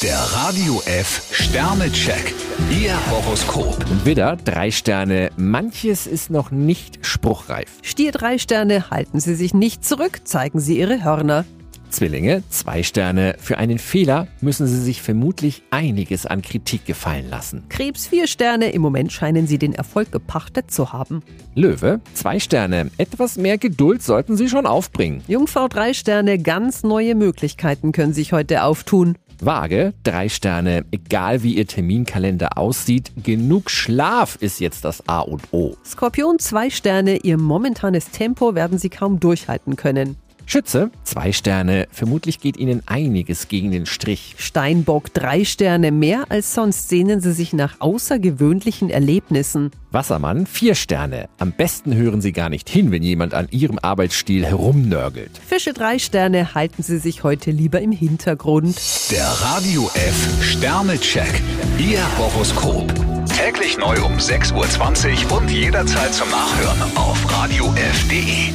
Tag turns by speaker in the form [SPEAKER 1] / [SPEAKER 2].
[SPEAKER 1] Der Radio F Sternecheck. Ihr Horoskop.
[SPEAKER 2] Widder, drei Sterne. Manches ist noch nicht spruchreif.
[SPEAKER 3] Stier drei Sterne, halten Sie sich nicht zurück, zeigen Sie Ihre Hörner.
[SPEAKER 2] Zwillinge, zwei Sterne. Für einen Fehler müssen Sie sich vermutlich einiges an Kritik gefallen lassen.
[SPEAKER 3] Krebs vier Sterne, im Moment scheinen Sie den Erfolg gepachtet zu haben.
[SPEAKER 2] Löwe, zwei Sterne. Etwas mehr Geduld sollten Sie schon aufbringen.
[SPEAKER 3] Jungfrau drei Sterne, ganz neue Möglichkeiten können sich heute auftun.
[SPEAKER 2] Waage, drei Sterne. Egal wie Ihr Terminkalender aussieht, genug Schlaf ist jetzt das A und O.
[SPEAKER 3] Skorpion zwei Sterne, Ihr momentanes Tempo werden Sie kaum durchhalten können.
[SPEAKER 2] Schütze, zwei Sterne. Vermutlich geht Ihnen einiges gegen den Strich.
[SPEAKER 3] Steinbock drei Sterne, mehr als sonst sehnen Sie sich nach außergewöhnlichen Erlebnissen.
[SPEAKER 2] Wassermann, vier Sterne. Am besten hören Sie gar nicht hin, wenn jemand an Ihrem Arbeitsstil herumnörgelt.
[SPEAKER 3] Fische drei Sterne, halten Sie sich heute lieber im Hintergrund.
[SPEAKER 1] Der Radio F Sternecheck. Ihr Horoskop. Täglich neu um 6.20 Uhr und jederzeit zum Nachhören auf Radio E. radiof.de.